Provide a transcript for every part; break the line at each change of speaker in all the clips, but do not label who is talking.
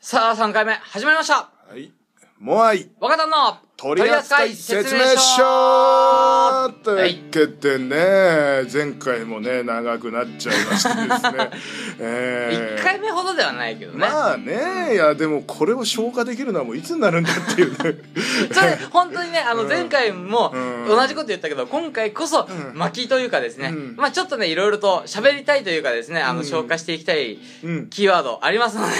さあ、3回目、始まりました
はい。モアイ
若旦の
取扱説明書というわけでね、前回もね、長くなっちゃいましてです ね。え
1
ー
回目ほどではないけどね。
まあね、いや、でもこれを消化できるのはもういつになるんだっていうね。
それ、本当にね、あの、
ん
前回も
うん
同じこと言ったけど、今回こそ、
ん
巻きというかですね、
うん
まあちょっとね、いろいろと喋りたいというかですね、あの、消化していきたい
うん
キーワードありますので、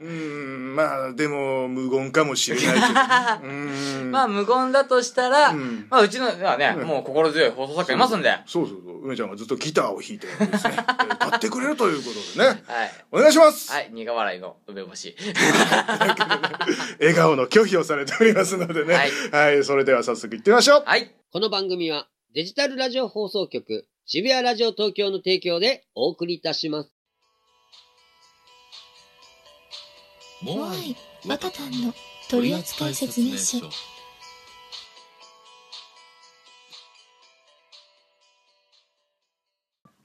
うん、まあでも無言かもしれな いけど。うん
まあ無言だとしたら、
うん
まあうちの、はね、もう心強い放送作家いますんで、はい。
そうそうそう、梅ちゃんがずっとギターを弾いてるんですね。買ってくれるということでね。お願いします、
はい、苦笑いの梅干し。
笑顔の拒否をされておりますのでね。
はい
はい、それでは早速行ってみましょう。
はい。
この番組はデジタルラジオ放送局渋谷ラジオ東京の提供でお送りいたします。
モアイ若田の取扱説明書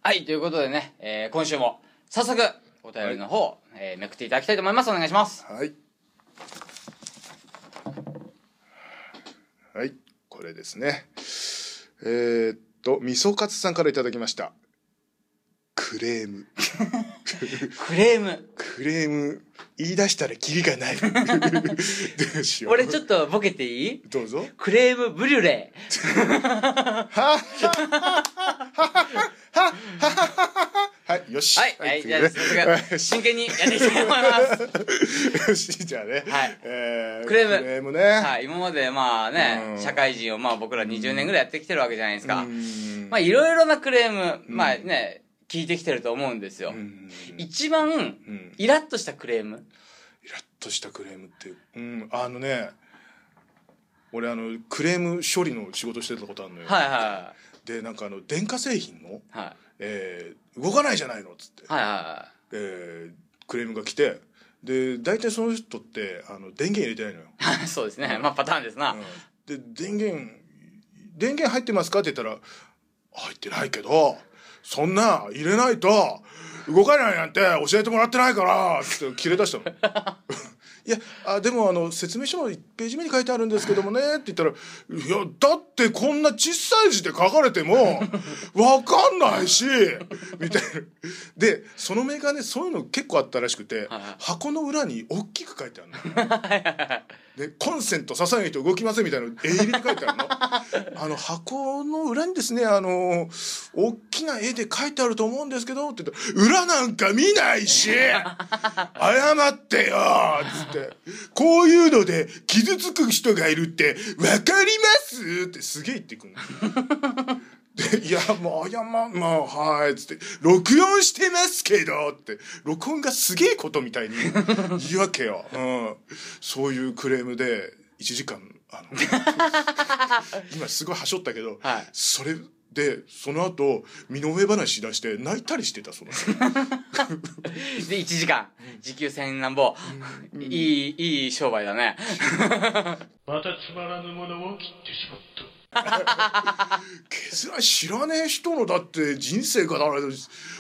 はい、ということでね、えー今週も、早速、お便りの方、えーめくっていただきたいと思います。お願いします。
はい。はい、これですね。えーっと、みそかつさんからいただきました。クレーム。
クレーム。
クレーム。言い出したらキリがない。 どうしよう。
俺ちょっとボケていい
どうぞ。
クレームブリュレ。
はい、よし。
はい、はい、
次
じゃあ、
ね
早速真剣にやっていきたいと思います。
よし、じゃあね。
はい
えー
クレーム
クレームね。
はい、今までまあね
う、ん
社会人をまあ僕ら20年ぐらいやってきてるわけじゃないですか
う。ん
まあいろいろなクレーム、まあね、聞いてきてると思うんですよ
う。ん
一番
うん
イラッとしたクレーム。
イラッとしたクレームってうんあのね俺あのクレーム処理の仕事してたことあるのよ、
はいは
でなんかあの電化製品の、
いはい。
えー動かないじゃないのっつって、
はいは
えークレームが来てで大体その人ってあの電源入れてないの よ、
いはい。そうですね。まあパターンですな。
うんで電源電源入ってますかって言ったら入ってないけどそんな入れないと動かないなんて教えてもらってないからって切れ出したの いやあでもあの説明書の1ページ目に書いてあるんですけどもねって言ったら「いやだってこんな小さい字で書かれてもわかんないし」みたいなでそのメーカーねそういうの結構あったらしく
はい
て
はい
箱の裏に大きく書いてあるの。 でコンセント刺さないと動きませんみたいなの絵入りで書いてあるの あの箱の裏にですねあの大きな絵で書いてあると思うんですけどって言ったら裏なんか見ないし謝ってよっつってこういうので傷つく人がいるって分かりますってすげえ言ってくるの。でいや、もう謝、まあ、はい、つって、録音してますけど、って、録音がすげえことみたいに言うわけよ。うん。そういうクレームで、1時間、あの、 今すごいはしょったけど、
はい
それで、その後、身の上話し出して、泣いたりしてた、その人。
で、1時間。時給1000何ぼ。いい、いい商売だね。
またつまらぬものを切ってしまった。
削ら知らねえ人の、だって人生から、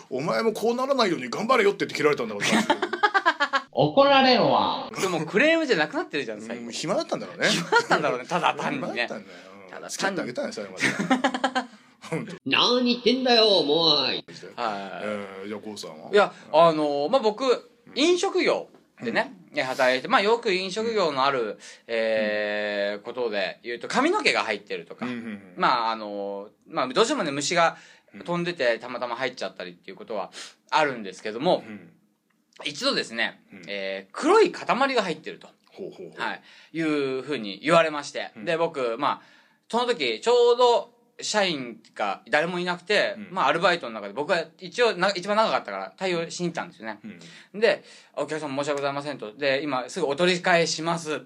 お前もこうならないように頑張れよって言って切られたんだから。
怒られんわ。
でもクレームじゃなくなってるじゃん、最
うん
後。
暇だったんだろうね。
だったんだろうね、ただ単に
暇だっ
ね
た。んだよ。
ただ単に
使ってあげたんだよ、それまで。
何言ってんだよ、もうい。
はい。
えー、じゃあこうさんはい
や、あのまあ、僕、飲食業でね、え働いて、まあ、よく飲食業のある、えーことで言うと、髪の毛が入ってるとか、
うんうんうん
まあ、あのまあ、どうしてもね、虫が飛んでて、たまたま入っちゃったりっていうことはあるんですけども、
うん
一度ですね、
ん
えー黒い塊が入ってると、
ほうほうほう
はい、いうふうに言われまして、
うん
で、僕、まあ、その時、ちょうど、社員が誰もいなくて、
うん
まあ、アルバイトの中で、僕は一応な、一番長かったから、対応しに行ったんですよね。
うん
で、お客様申し訳ございませんと。で、今すぐお取り替えします。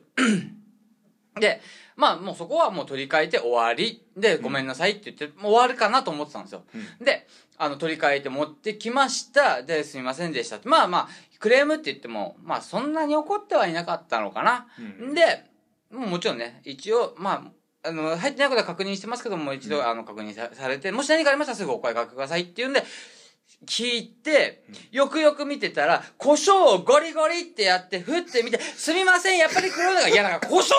で、まあもうそこはもう取り替えて終わり。で、ごめんなさいって言って、もう終わるかなと思ってたんですよ。で、あの、取り替えて持ってきました。で、すみませんでした。まあまあ、クレームって言っても、まあそんなに怒ってはいなかったのかな。
うん
で、もうもちろんね、一応、まあ、あの、入ってないことは確認してますけども、一度、あの、確認さされて、もし何かありましたらすぐお声掛けくださいっていうんで、聞いて、よくよく見てたら、胡椒をゴリゴリってやって、振ってみて、すみません、やっぱり黒いのが嫌だ から、胡椒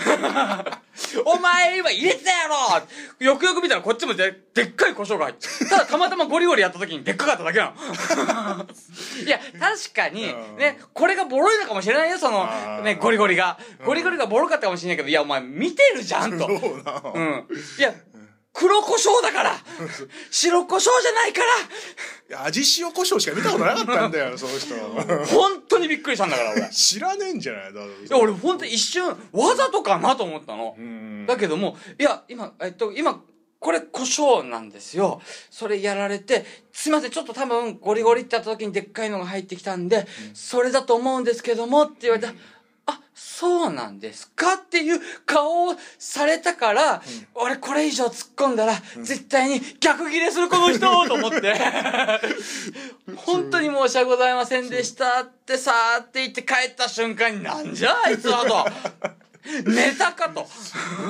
じゃん お前今入れてたやろよくよく見たらこっちもででっかい胡椒が入ってるただたまたまゴリゴリやった時にでっかかっただけな の。いや、確かに、ね、これがボロいのかもしれないよ、その
あ、ー
ね、ゴリゴリが。ゴリゴリがボロかったかもしれないけど、いや、お前見てるじゃん と。
そうな、
うん。いや、黒胡椒だから白胡椒じゃないか
いや味塩胡椒しか見たことなかったんだよそういう人
ら本当にびっくりしたんだから、俺。い
知らねえんじゃないだい
や、俺本当一瞬、わざとかなと思ったの。
うん
だけども、いや、今、えっと、今、これ胡椒なんですよ。それやられて、すいません、ちょっと多分ゴリゴリってやった時にでっかいのが入ってきたんで、それだと思うんですけどもって言われたら、あ、そうなんですかっていう顔をされたから、俺これ以上突っ込んだら、絶対に逆ギレするこの人と思 って、本当に申し訳ございませんでしたってさーって言って帰った瞬間に、なんじゃあいつは と。ネタかと。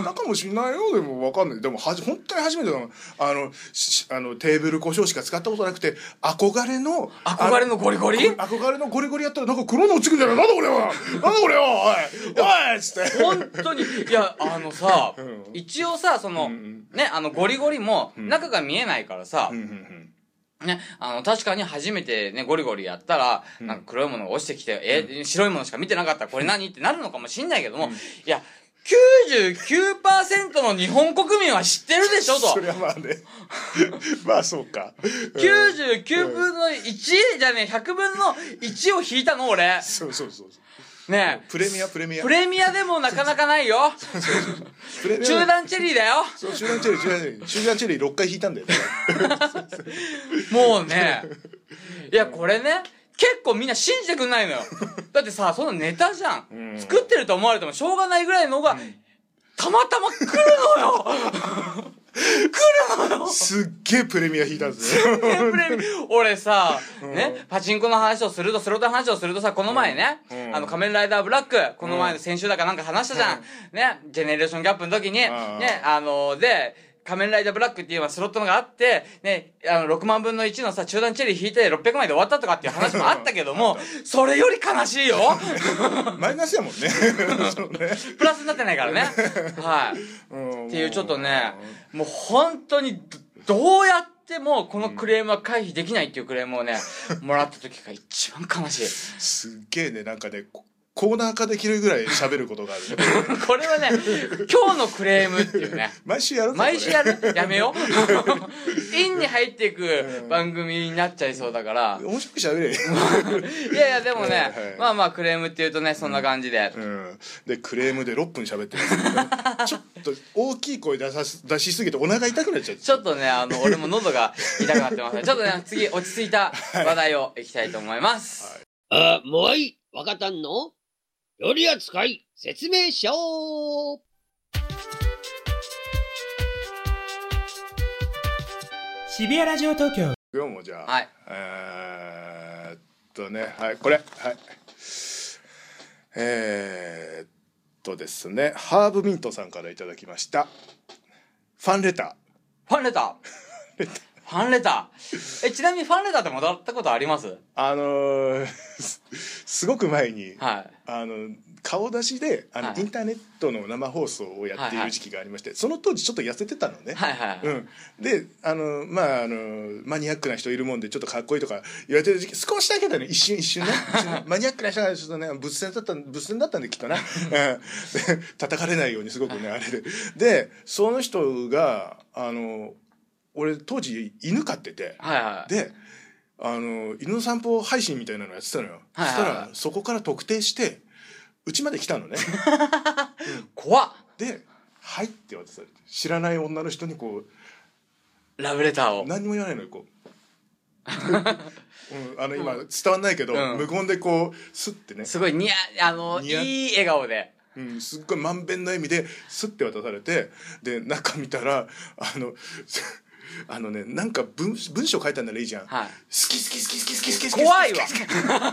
だかもしんないよでもわかんないでもはじ本当に初めてなのあのしあのテーブル胡椒しか使ったことなくて憧れの
憧れのゴリゴリ
あの憧れのゴリゴリやったらなんか黒の落ちてくんじゃないなんだこれはなんだこれはおいおいっつって
本当にいやあのさ、
うん
一応さその、
うん
ねあのゴリゴリも中が見えないからさ、
うんうんうん
ねあの確かに初めてねゴリゴリやったら、なんか黒いものが落ちてきて、え白いものしか見てなかったらこれ何ってなるのかもしんないけども、いや99%の日本国民は知ってるでしょと
そりゃまあねまあそうか
99分の1じゃねえ100分の1を引いたの俺
そうそうそうそう
ね
プレミアプレミア
プレミアでもなかなかないよ
プレミア
中段チェリーだよ
そう集団チェリー集団チェリー集団チェリー6回引いたんだよだから
もうね。いや、これね、結構みんな信じてくんないのよ。だってさ、そのネタじゃん。作ってると思われてもしょうがないぐらいのが、たまたま来るのよ来るのよ
すっげえプレミア引いたんですね。
プレミ俺さ、ね、パチンコの話をすると、スロットの話をするとさ、この前ね、あの、仮面ライダーブラック、この前の先週だかなんか話したじゃん。ね、ジェネレーションギャップの時に、
ん
ね、あので、仮面ライダーブラックっていうのはスロットのがあって、ね、あの、6万分の1のさ、中段チェリー引いて600枚で終わったとかっていう話もあったけども、それより悲しいよ
マイナスやもんね。そうね。
プラスになってないからね。はい。
うん
っていうちょっとね、もう本当にどどうやってもこのクレームは回避できないっていうクレームをね、もらった時が一番悲しい。
すっげえね、なんかね、ココーナー化できるぐらい喋ることがあるね。
これはね、今日のクレームっていうね。
毎週やる
毎週やるやめよう。インに入っていく番組になっちゃいそうだから。
面白く喋れ。
いやいや、でもね
はいはい、
まあまあクレームっていうとね、そんな感じで。
うん。で、クレームで6分喋っ てます。ちょっと大きい声出さす出しすぎてお腹痛くなっちゃう。
ちょっとね、あの、俺も喉が痛くなってますね。ちょっとね、次落ち着いた話題をいきたいと思います。
あ、もういい、若旦の、より扱い説明書
渋谷ラジオ東京
今日もじゃあ。
はい。
えーっとね、はい、これ。はい。えーっとですね、ハーブミントさんからいただきました。ファンレター。
ファンレター。ファンレター。え、ちなみにファンレターってもらったことあります
あのー すすごく前に、
はい。
あの顔出しであの、
はい
インターネットの生放送をやっ
はい
てい
は
る
い
時期がありまして、その当時ちょっと痩せてたのね。
はいはいはい。
うん、であのまああのマニアックな人いるもんでちょっとかっこいいとか言われてる時期少しだけだね一瞬一瞬ね一 瞬マニアックな人がちょっとね仏戦だった仏戦だったんできっとな、うん、で叩かれないようにすごくねあれででその人があの俺当時犬飼ってて、
はいはい。
であの犬の散歩配信みたいなのやってたのよ、
はいはい
そしたらそこから特定してうちまで来たのね
怖っ
で「はい」って渡されて知らない女の人にこう
ラブレターを。
何も言わないのにこう、うん、あの今伝わんないけど、
うん
無言でこうスッてね、
すごいニヤ、あの、
ニヤ
いい笑顔で。
うん、すっごいまんべんな意味でスッて渡されてで中見たらあのあのねなんか文文章書いたんならいいじゃん、
はい
好き好き好き好き好き好き好き
怖いわ。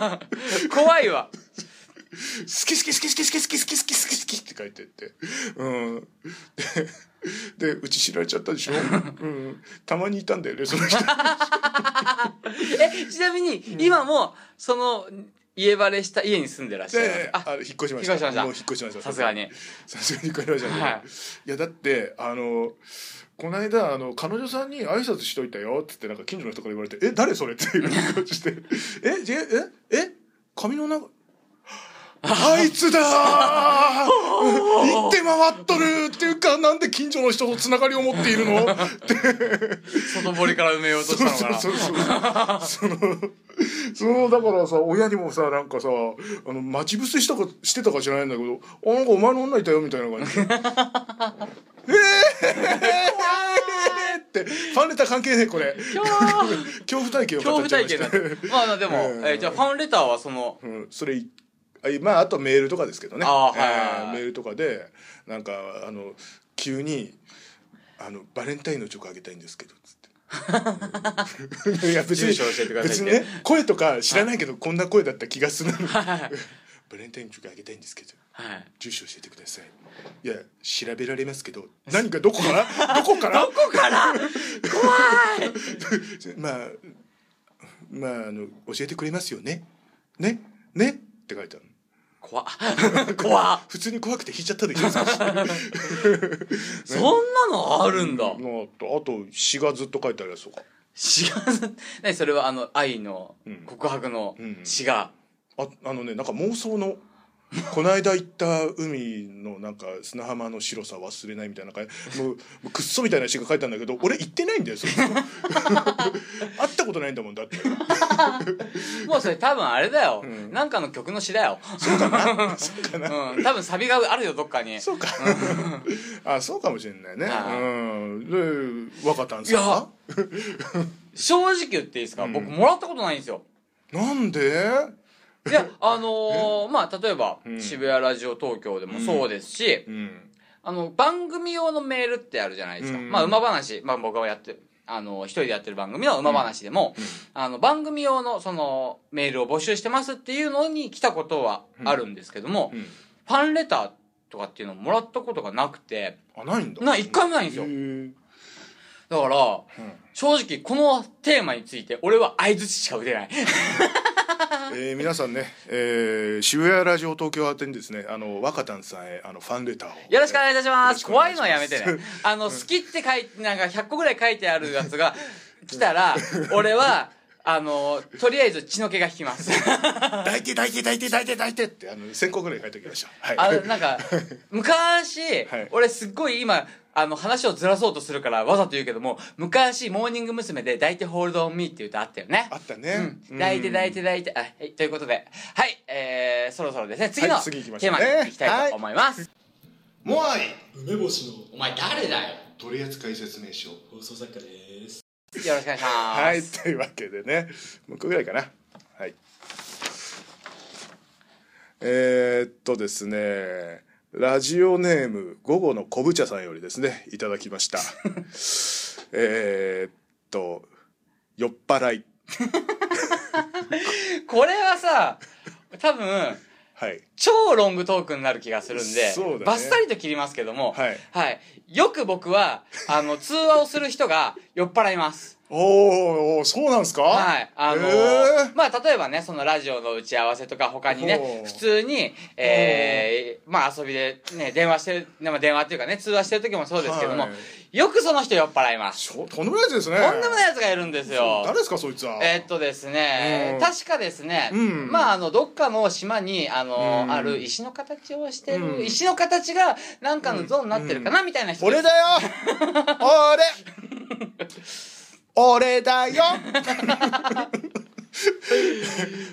怖いわ。
好き好き好き好き好き好き好き好き好き好きって書いてって。うん。で、で、うち知られちゃったでしょうん。たまにいたんだよね、その人。
え、ちなみに、今も、その、家バレした家に住んでらっしゃいます
で。
あ、
あの引っ越しました
引っ越しました
もう引っ越しました
さすがに。
さすがにこれはじゃない、
はい
い、やだってあのこの間あの彼女さんに挨拶しといたよっつってなんか近所の人から言われて「え誰それ?」っていう感じで「えじえええ髪の長あ いつだー行って回っとるっていうかなんで近所の人とつながりを持っているの
外堀から埋めようとしたのかな。
そうそうそうそうそのそのだからさ親にもさなんかさあの待ち伏せしたかしてたか知らないんだけど「あなんかお前の女いたよ」みたいな感じで「えー!」ってファンレター関係ねえこれ
今日
恐怖体験を
恐
語
怖
っちゃい
体
まし
験
た
だった。まあまあでも、
うん
えーじゃあファンレターはその、
うん、それいあまああとメールとかですけどね
ああはいはいはい
えーメールとかでなんかあの急にあの「バレンタインのチョコあげたいんですけど」つっていや別に
住所教えてくださいっ
別
て
にね声とか知らないけどこんな声だった気がするのバレンタインのチョコあげたいんですけど
はい。
住所教えてくださいいや調べられますけど何かどこからどこから
ここから
まあまああの教えてくれますよねねねって書いてある
怖っ。 怖っ。
普通に怖くて引いちゃったでしょ少し
そんなの あるんだ。
のあとあと詩がずっと書いてあるやつとか
詩が、何それはあの、愛の
うん
告白の
うん
詩が。
ああのねなんか妄想のこの間行った海のなんか砂浜の白さ忘れないみたいななんかもうもうくっそみたいな詩が書いてあるんだけど俺行ってないんだよそれ 会ったことないんだもんだって
もうそれ多分あれだよ。
うん
なんかの曲の詩だよ。
そうかな
うん。多分サビがあるよ、どっかに。
そうか あそうかもしれないね
はい
うんで若田
い
さん
や
は、
正直言っていいですか、
ん
僕もらったことないんですよ。
なんで
い や、あのー、まあ、例えば、
うん
渋谷ラジオ東京でもそうですし、
うん
あの、番組用のメールってあるじゃないですか。
うん
まあ、馬話、まあ僕がやってる、あの、一人でやってる番組の馬話でも、あの、番組用のその、メールを募集してますっていうのに来たことはあるんですけども、
うん
ファンレターとかっていうのをもらったことがなくて、
あないんだ
な、一回もないんですよ
へ。ー
だから、正直このテーマについて俺は相槌しか打てない。
えー皆さんね、えー渋谷ラジオ東京宛てにですねあの若田さんへあのファンレターを
よろしくお願いいたしま
よろし
す。
くお
怖
願い
い
し
の
ま
は
す
やめてね。あの、好きって書いて、なんか100個ぐらい書いてあるやつ が来たら、俺は、あの、とりあえず血の気が引き ます。
抱いて抱いて抱いて抱いて抱いてってあの1000個ぐらい書いておきました
あ
は
の
い
なんか、昔、
はい
俺すっごい今、あの、話をずらそうとするからわざと言うけども、昔、モーニング娘。で、抱いてホールドオンミーって歌あったよね。
あったね
うん
うん
抱いて抱いて抱いて、あ、はい、ということで、はい、えー、そろそろですね、次の、
はい次行きまし
テー
ょ
マ
うね
に行きたいと思います。
モアイ
お前誰だよ
取扱説明書
よろしくお願いします。
はいというわけでねもう一個ぐらいかなはいえー、っとですねラジオネーム午後の昆布茶さんよりですねいただき ましたえーっと酔っ払い
これはさ、多分、
はい
超ロングトークになる気がするんで、
そうだね
バッサリと切りますけども、
はい
よく僕は、あの、通話をする人が 酔っ払います。
おーおーそうなんですか
はい。あのー
えー
まあ、例えばね、そのラジオの打ち合わせとか他にね
ほ、う
普通に、えー、まあ遊びでね、電話してる、ねまあ電話っていうかね、通話してる時もそうですけども、
は
よくその人酔っ払います。
ちょとんでもないやつですね
とんでもない奴がいるんですよ。
誰ですかそいつは
えーっとですね、
うん
確かですね、
うん
まあ、あの、どっかの島に、あの、
うん
ある石の形をしてる、
うん
石の形がなんかの像になってるかな、みたいな人。
俺だよ俺俺だよ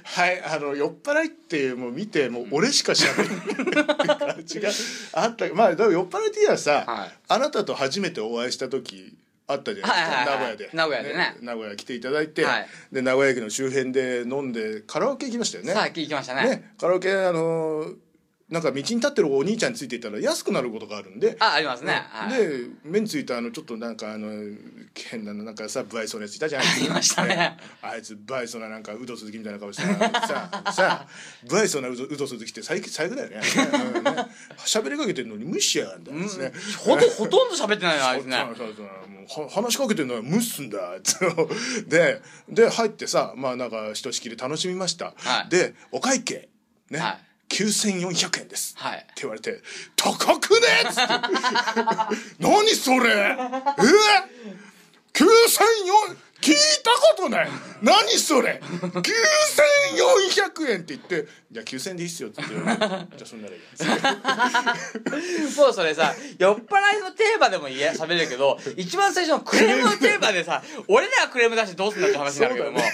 はいあの酔っ払いってもう見てもう俺しかしゃべない感じがあったまあでも酔っ払いっていえばさ、
はい
あなたと初めてお会いした時あったじゃないです
は
か、
いはいはい
名古屋
名古屋
で
でね
名古屋来ていただいて、
はい
で名古屋駅の周辺で飲んでカラオケ行きましたよね
さっき行きましたね。
ね、カラオケあのーなんか道に立ってるお兄ちゃんについていったら安くなることがあるんで。
あありますね、はい、
で目についたあのちょっとなんかあの変ななんかさ不愛想なやついたじゃんあい
あ
つ
りましたね
あいつ不愛想ななんかウド鈴木みたいな顔してさささ不愛想なウドウド鈴木って最近最悪だよねうんね喋りかけてるのに無視しやがんだよですね、
ほとほとんど喋ってないなあいつね
そうそうそうそうもうは話しかけてるのは無視すんだ つうでで入ってさまあなんかひとしきり楽しみました、
はい
でお会計ね、
はい
9400円です、
はい
って言われて「高くね!」っつって 「何それえー、9400聞いたことない何それ9400円!」って言って「じゃあ9000円でいいっすよ」って言って「じゃあそんならいいや」
もうそれさ酔っ払いのテーマでもいや喋れるけ ど一番最初のクレームのテーマでさ俺らがクレーム出してどうすんだって話になるけども、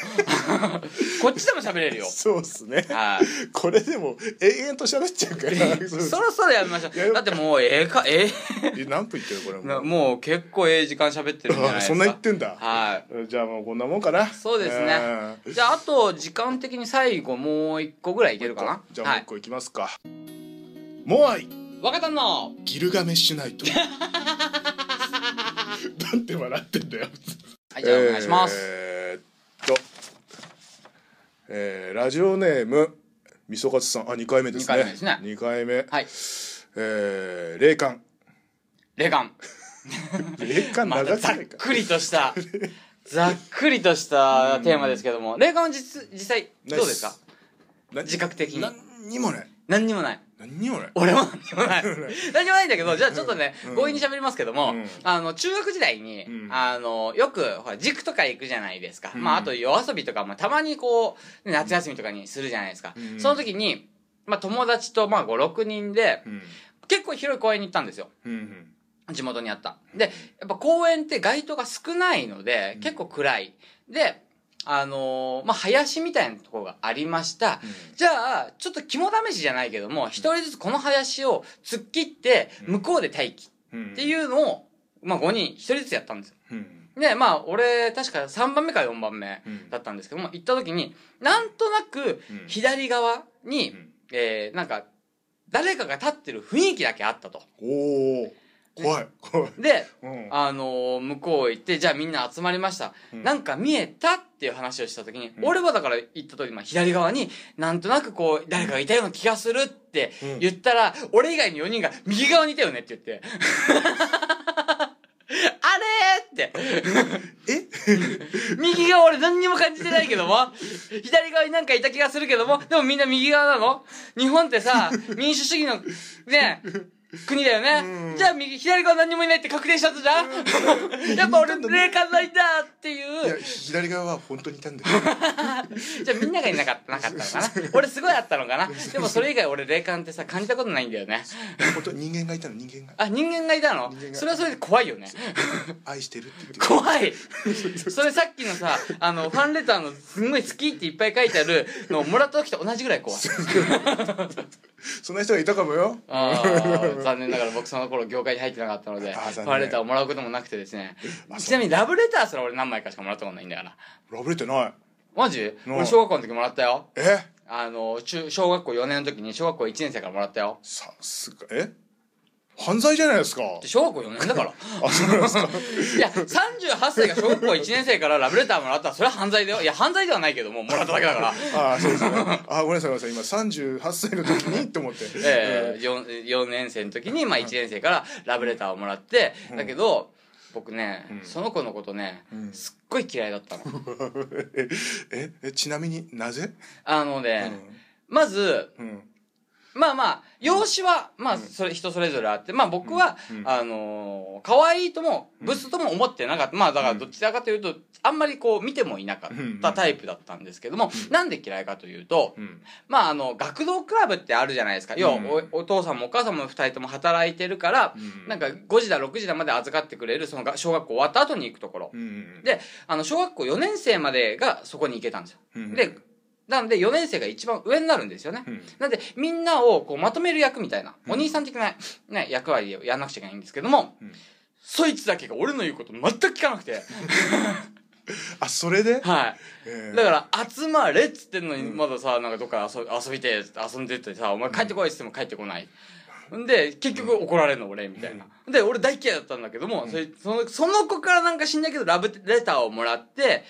こっちでも喋 れるよ
そうっすね
はい
これでも永遠と喋っちゃうからそ う
そろそろやめましょ
や
うだってもうええかえ
え何分言ってるこれ
えな
もう
もう結構ええ時間喋ってるんじゃないで
あ
すか
そんな言ってんだ
はい
じゃあもうこんなもんかな
そうですね
うん
じゃああと時間的に最後もう一個ぐらいいけるかな
じゃあ
は
もう一
い
個いきますか、モアイ
若旦の
ギルガメッシュナイ トなんて笑ってんだよ
はいじゃあお願いします、
えーっと、えーラジオネームみそかつさんあ二回目です
二
ね
回目ですね
二回目
はい
えー霊感
レガン
霊感
ま
長
た
く
ざ
な
っ
いか、
くりと したざっくりとしたテーマですけども霊感は実実際どうですか
な
自覚的に
何にもね
何にもない
何にもね
俺も何にも ない何にもないんだけどじゃあちょっとね
うん
強引に喋りますけども、
うん
あの中学時代に、
うん
あのよくほら塾とか行くじゃないですか、
うん
まああと夜遊びとかもたまにこうね夏休みとかにするじゃないですか、
うん
その時に、まあ、友達とまあ56人で
うん
結構広い公園に行ったんですよ
うん
地元にあった。で、やっぱ公園って街灯が少ないので、結構暗い。で、あのーまあ、林みたいなところがありました。じゃあ、ちょっと肝試しじゃないけども、一人ずつこの林を突っ切って、向こうで待機
うん
っていうのを、まあ、5人、一人ずつやったんですよ。
うん
で、まあ、俺、確か3番目か4番目だったんですけども、行った時に、なんとなく
うん、
左側に、
ん
えー、なんか、誰かが立ってる雰囲気だけあったと。
おお怖い怖い
で、
うん
あのー向こう行って、じゃあみんな集まりました。
うん
なんか見えたっていう話をした時に、
うん
俺はだから言った時、まあ左側に、なんとなくこう、誰かがいたような気がするって
うん
言ったら、俺以外の4人が右側にいたよねって言 って。あれーって。え 右側俺何にも感じてないけども、左側になんかいた気がするけども、 でもみんな右側なの日本ってさ、民主主義の、ね、国だよね。じゃあ右、左側何にもいないって確定しちゃったじゃん やっぱ俺霊感ないんだっていう。
いや左側は本当にいたんだよ
じゃあみんながいなかった、なかったのかな。俺すごいあったのか な。でもそれ以外俺霊感ってさ、感じたことないんだよね。
本当人間がいたの人間が
あ、人間がいたの
人間が
それはそれで怖いよね。
愛してるって言って
怖いそれさっきのさ、あの、ファンレターのすんごい好きっていっぱい書いてあるのをもらった時と同じぐらい怖い。
そんな人がいたかもよ
あー残念ながら僕その頃業界に入ってなかったので、
あー
フ
残念
ァンレターをもらうこともなくてですね。
あ
ちなみにラブレターすら俺何枚かしかもらったことないんだから。
ラブれてない
マジ
うん
俺小学校の時もらったよ。
え
あの、中、小学校4年の時に小学校1年生からもらったよ。
さすがえ犯罪じゃないですか
で小学校4年だ から。
あそうなんですか
いや、38歳が小学校1年生からラブレターもらったら、それは犯罪だよ。いや、犯罪ではないけども、もらっただけだ から。
あそうですねあごめんなさいごめんなさい今38歳の時にって思って
ええ 4, 4年生の時に、まあ1年生からラブレターをもらって、だけど、僕ね、その子のことね、すっごい嫌いだったの。
えええちなみになぜ
あのね、まず、
うん
まあまあ、容姿は、まあ、それ、人それぞれあって、まあ僕は、あのー可愛いとも、ブスとも思ってなかった。まあだからどちらかというと、あんまりこう見てもいなかったタイプだったんですけども、なんで嫌いかというと、
うん
まああの、学童クラブってあるじゃないですか。要はお、お父さんもお母さんも二人とも働いてるから、なんか5時だ6時だまで預かってくれる、そのが小学校終わった後に行くところ
う。ん
で、あの、小学校4年生までがそこに行けたんですよ。
うん
で、なので4年生が一番上になるんですよね。
うん
なんで、みんなをこうまとめる役みたいな、お兄さん的な、ね、役割をやんなくちゃいけないんですけども、
うん
そいつだけが俺の言うこと全く聞かなくて、
あそれで、
はい。
えー
だから、集まれっつってんのに、まださ、なんかどっか遊び遊びて、遊んでってさ、お前帰ってこいっつっても帰ってこない。んで、結局怒られるの、俺、みたいな。で、俺大嫌いだったんだけども、それその、その子からなんか知んないけど、ラブレターをもらって、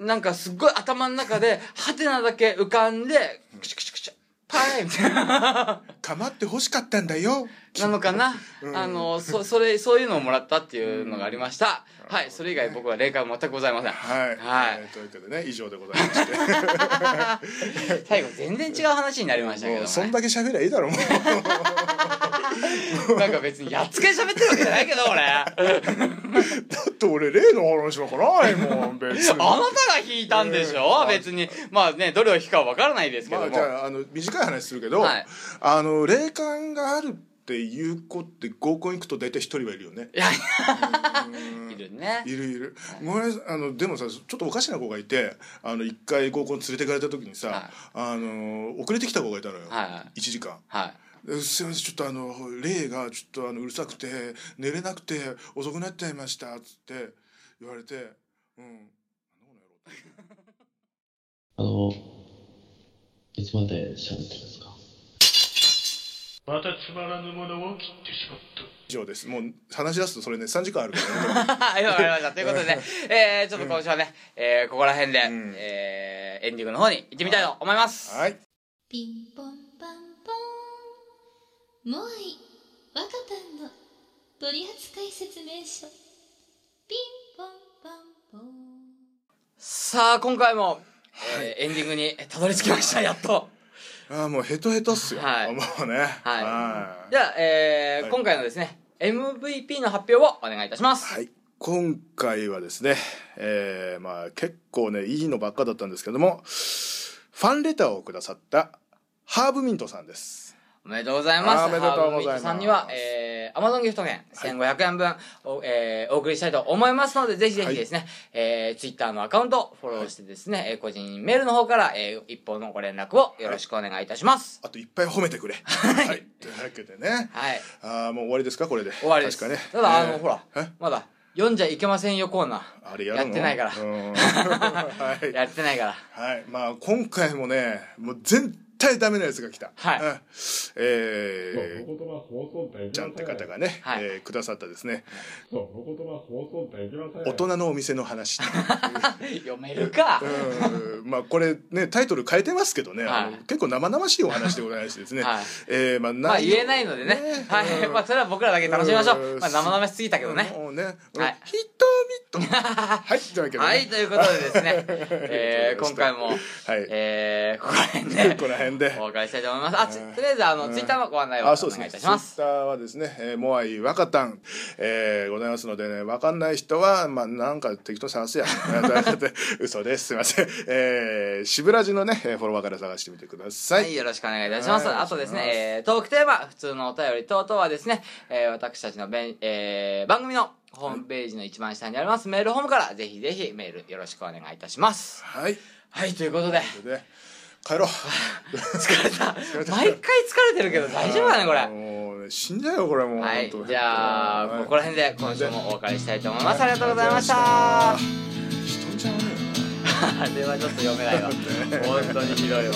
なんかすっごい頭の中で、ハテナだけ浮かんで、クシュクシュクシュ、パーイみたいな。
構って欲しかったんだよ
なのかな、
うん
あの、そ、それ、そういうのをもらったっていうのがありました。はい、それ以外僕は霊感は全くございません。
はい、
はい
えーというわけでね以上でござい まして
最後全然違う話になりましたけど、
もうそん
ね、
だけ喋りゃいいだろもう
なんか別にやっつけで喋ってるわけじゃないけど俺あ
だって俺例の話だからもう別に
なたが引いたんでしょ、
うん
別にまあねどれを引くかは分からないですけど
ま
も、
あじゃああの短い話するけど、
はい
あの霊感があるっていう子って合コン行くと大体一人はいるよね
いやいるね
いるいる、ごめんなさいあのでもさちょっとおかしな子がいてあの一回合コン連れてかれた時にさ、
はい
あの遅れてきた子がいたのよ、
はいはい
一1時間
はい
えすいませんちょっとあの霊がちょっとあのうるさくて寝れなくて遅くなっちゃいましたっつって言われてうんなんだこの野郎
あの、いつまで喋ってるんですか
またつまらぬものを切ってしまった
以上ですもう話し出すとそれね3時間あるからね、
はい、わかりました。ということでね、えー、ちょっと今週はね、えー、ここら辺で、
うん
えー、エンディングの方に行ってみたいと思います。
はい
ピンポンパンポン。もういい。若田の取扱説明書。ピンポンパンポン。
さあ、今回も、えーエンディングにたどり着きました、やっと。
ああもうヘトヘトっすよ、
はい
もうね
はい。
い
では、えー
はい
今回のですね、MVP の発表をお願いいたします。
はい今回はですねえー、まあ結構ねいいのばっかだったんですけどもファンレターをくださったハーブミントさんです
おめでとうございます。
あーおめでとうござ
ハー
います
ブミートさんには、えー、Amazon ギフト券1500円分お、えーお送りしたいと思いますので、ぜひぜひですね、えー、Twitter のアカウント、フォローしてですね、えー個人メールの方から、えー、一方のご連絡をよろしくお願いいたします。
あといっぱい褒め てくれはい、というわけでね
はい。
ああもう終わりですかこれで
終わりです。
確かね
ただ、あ
え
の、
ー
ほら
え、
まだ、読んじゃいけませんよコーナー。
あれやるの
ってないから
う。んはい
やってない から。
はい、まあ今回もね、もう全体ダメなやつが来た。
はい
うんえ
言葉放送で
ー、ちゃんって方がね、
はい
えーくださったですね、
その言葉放送できません
大人のお店の話。
読めるか。
うん、まあこれねタイトル変えてますけどね、あの
はい
結構生々しいお話でございましてですね。
はい
えー、まあ
まあ
内容
言えないのでね。はい。
うん
まあそれは僕らだけ楽しみましょ
う
う。
ん
まあ生々しすぎたけどね。
もうね、
はい
ひ とみと。はい、というわけで、ね。
はい、ということでです ね、えー今回も、
はい
えーここら辺で、
この辺で
お別れしたいと思います。あ、つ
うん
とりあえず、あの、
うん
ツイッターのご案内をお
あそうです
願い
ね
いた
ツイ
します。
ッターはですね、えー、モアイ若たん、えー、ございますのでね分かんない人はまあなんか適当に探すや ということで嘘ですすいません、えー、渋ラジのねえーフォロワーから探してみてくださ、
はいい、よろしくお願いいたします。
はい
あとですね
お願いしま、
えートークテーマ、普通のお便り等々はですね、えー私たちのべん、えー番組のホームページの一番下にありますメールホームから、ぜひぜひメールよろしくお願いいたします。
はい
はい、ということで、
それで帰 ろう
疲れた。
れ た
毎回疲れてるけど大丈夫だね、これ。
もうね死んじゃうよこれもう
はい
ほん、と
じゃあ、
はい
ここら辺で今週もお別れしたいと思います。ありがとうございまし
あ
た。
人じゃねえよな
あれはちょっと読めないわ。本当にひどいわ。